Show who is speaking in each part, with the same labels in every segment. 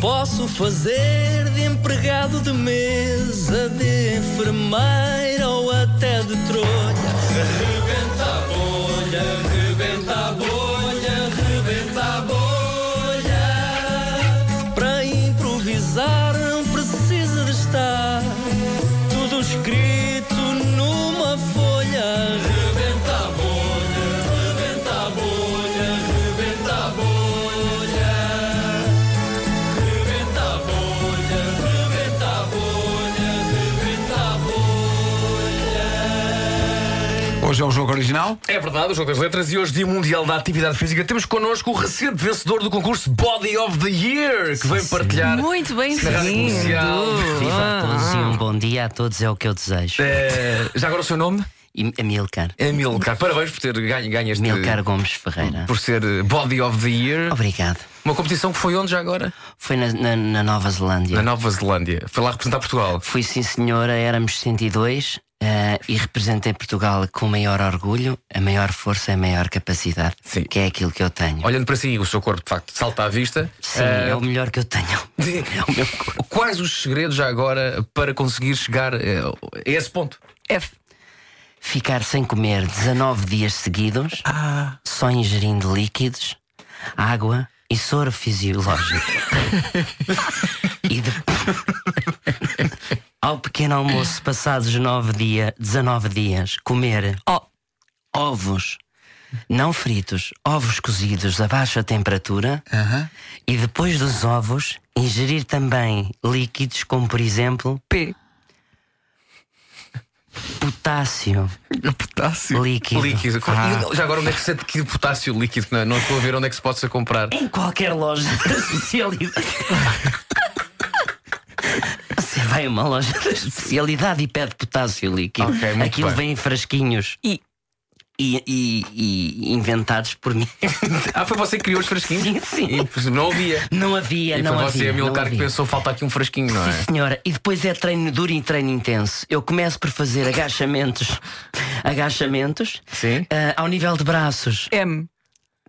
Speaker 1: Posso fazer de empregado de mesa, de enfermeira ou até de trolha. Rebenta a bolha, rebenta a bolha, rebenta a bolha. Para improvisar não precisa de estar tudo escrito numa folha. Rebenta a bolha, rebenta a bolha, rebenta a bolha. Rebenta a bolha, rebenta a bolha, rebenta a bolha.
Speaker 2: Hoje é o jogo original.
Speaker 3: É verdade, o Jogo das Letras e hoje Dia Mundial da Atividade Física. Temos connosco o recente vencedor do concurso Body of the Year, que vem partilhar.
Speaker 4: Muito
Speaker 3: na rádio
Speaker 4: bem-vindo.
Speaker 3: comercial.
Speaker 5: Viva a todos e um bom dia a todos, é o que eu desejo.
Speaker 3: Eh, já agora o seu nome?
Speaker 5: E Amilcar.
Speaker 3: Amilcar. Parabéns por ter ganho, ganho este.
Speaker 5: Amilcar Gomes Ferreira.
Speaker 3: Por ser eh, Body of the Year.
Speaker 5: Obrigado.
Speaker 3: Uma competição que foi onde já agora?
Speaker 5: Foi na, na- na Nova
Speaker 3: Na
Speaker 5: Zelândia.
Speaker 3: Nova Zelândia. Foi lá representar Portugal.
Speaker 5: Fui sim senhora, éramos 102 eh, e representei Portugal com o maior orgulho, a maior força e a maior capacidade.
Speaker 3: Sim.
Speaker 5: Que é aquilo que eu tenho.
Speaker 3: Olhando para si, o seu corpo de facto salta à vista.
Speaker 5: Sim,
Speaker 3: Eh,
Speaker 5: é o melhor que eu tenho. É o meu corpo.
Speaker 3: Quais os segredos já agora para conseguir chegar eh, a esse ponto?
Speaker 4: F.
Speaker 5: Ficar sem comer 19 dias seguidos, só ingerindo líquidos, água e soro fisiológico. e de... Ao pequeno almoço, passados 9 dia, 19 dias, comer
Speaker 4: O.
Speaker 5: ovos não fritos, ovos cozidos a baixa temperatura e depois dos ovos, ingerir também líquidos como, por exemplo,
Speaker 4: P.
Speaker 5: potássio.
Speaker 3: Potássio.
Speaker 5: Líquido.
Speaker 3: líquido.
Speaker 5: Ah.
Speaker 3: E Já agora, onde é que se adquire potássio líquido? Não, não estou a ver onde é que se pode comprar.
Speaker 5: em qualquer loja da especialidade. Você vai a uma loja da especialidade e pede potássio líquido.
Speaker 3: Ok, muito
Speaker 5: Aquilo
Speaker 3: bem.
Speaker 5: vem em frasquinhos.
Speaker 4: I.
Speaker 5: E, e- e inventados por mim.
Speaker 3: Ah, foi você que criou os frasquinhos?
Speaker 5: Sim, sim.
Speaker 3: E, por exemplo, não havia.
Speaker 5: Não havia,
Speaker 3: E
Speaker 5: não
Speaker 3: foi
Speaker 5: havia.
Speaker 3: você,
Speaker 5: não
Speaker 3: Amilcar, que
Speaker 5: havia.
Speaker 3: pensou: falta aqui um frasquinho, não é?
Speaker 5: Sim, senhora. E depois é treino duro e treino intenso. Eu começo por fazer agachamentos. agachamentos.
Speaker 3: Sim.
Speaker 5: ah, ao nível de braços,
Speaker 4: M.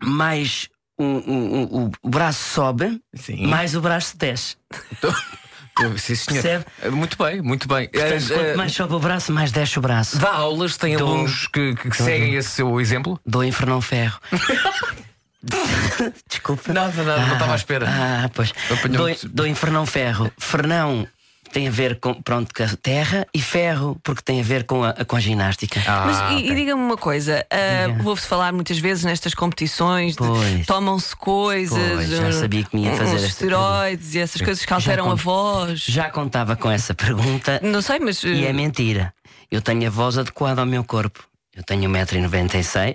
Speaker 5: mais o, o- o- o- o braço sobe,
Speaker 3: Sim.
Speaker 5: mais o braço desce.
Speaker 3: Sim, senhor. Eh,
Speaker 5: Percebe?
Speaker 3: Muito bem, muito bem.
Speaker 5: Portanto,
Speaker 3: Eh,
Speaker 5: quanto
Speaker 3: eh,
Speaker 5: mais sobe o braço, mais desce o braço.
Speaker 3: Dá aulas, tem
Speaker 5: Dou-
Speaker 3: alunos que, que seguem esse seu exemplo?
Speaker 5: Dou em Fernão Ferro. Desculpa.
Speaker 3: Nada, nada, não estava à espera.
Speaker 5: Ah, pois.
Speaker 3: Apanhou-me
Speaker 5: Dou,
Speaker 3: de-
Speaker 5: dou em Fernão Ferro. Fernão tem a ver com, pronto, com a terra e ferro, porque tem a ver com a, com a ginástica.
Speaker 3: Ah.
Speaker 4: Mas e, e diga-me uma coisa, ah, vou-vos falar muitas vezes nestas competições, de-
Speaker 5: Pois.
Speaker 4: tomam-se coisas,
Speaker 5: Pois, já
Speaker 4: ah,
Speaker 5: sabia que me ia fazer
Speaker 4: uns
Speaker 5: esta
Speaker 4: esteroides e essas coisas que alteram
Speaker 5: Já
Speaker 4: a
Speaker 5: com-
Speaker 4: voz.
Speaker 5: Já contava com essa pergunta
Speaker 4: Não sei, mas.
Speaker 5: e
Speaker 4: ah,
Speaker 5: é mentira. Eu tenho a voz adequada ao meu corpo. Eu tenho 1,96m.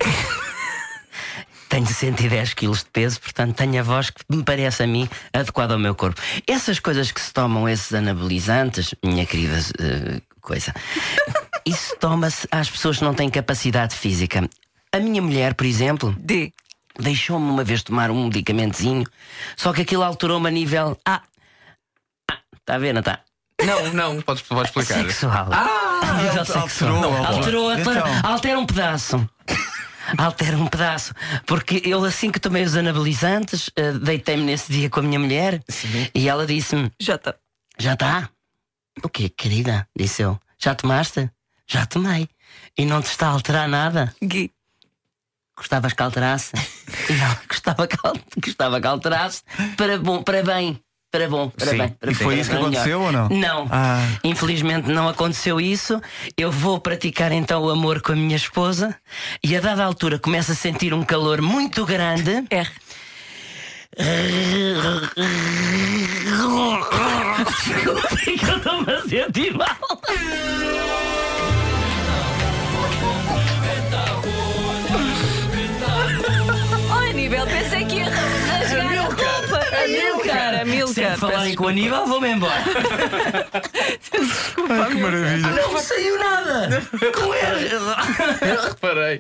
Speaker 5: Tenho 110 quilos de peso, portanto tenho a voz que me parece a mim adequada ao meu corpo. Essas coisas que se tomam, esses anabolizantes, minha querida eh, coisa, isso toma-se às pessoas que não têm capacidade física. A minha mulher, por exemplo,
Speaker 4: D.
Speaker 5: deixou-me uma vez tomar um medicamentezinho, só que aquilo alterou-me a nível. Ah, tá está a ver, não está?
Speaker 3: Não, não, podes, podes explicar.
Speaker 5: Sexual. A nível sexual.
Speaker 2: Ah, alterou,
Speaker 5: Alterou, altera,
Speaker 2: Então.
Speaker 5: altera um pedaço. Altera um pedaço. Porque eu, assim que tomei os anabolizantes, eh, deitei-me nesse dia com a minha mulher e ela disse-me:
Speaker 4: J.
Speaker 5: Já está? O quê, querida? Disse eu: Já tomaste? Já tomei. E não te está a alterar nada?
Speaker 4: Gui.
Speaker 5: Gostavas que alterasse? E ela gostava que, al- gostava que alterasse para, bom, para bem. Para bom, para
Speaker 3: Sim.
Speaker 5: bem. Para
Speaker 3: E
Speaker 5: bem,
Speaker 3: foi
Speaker 5: para
Speaker 3: isso
Speaker 5: bem, melhor.
Speaker 2: ou não?
Speaker 5: Não.
Speaker 2: Ah.
Speaker 5: Infelizmente não aconteceu isso. Eu vou praticar então o amor com a minha esposa e a dada altura começo a sentir um calor muito grande.
Speaker 4: R.
Speaker 5: É Eu estou-me a sentir mal.
Speaker 4: Oh, Aníbal, pensei que ia rasgar a roupa. Amilcar,
Speaker 5: Sempre
Speaker 4: Amilcar.
Speaker 5: falarem com o Aníbal, vou-me embora.
Speaker 2: Ai, que maravilha.
Speaker 5: Não saiu nada. Com ele.
Speaker 3: Reparei.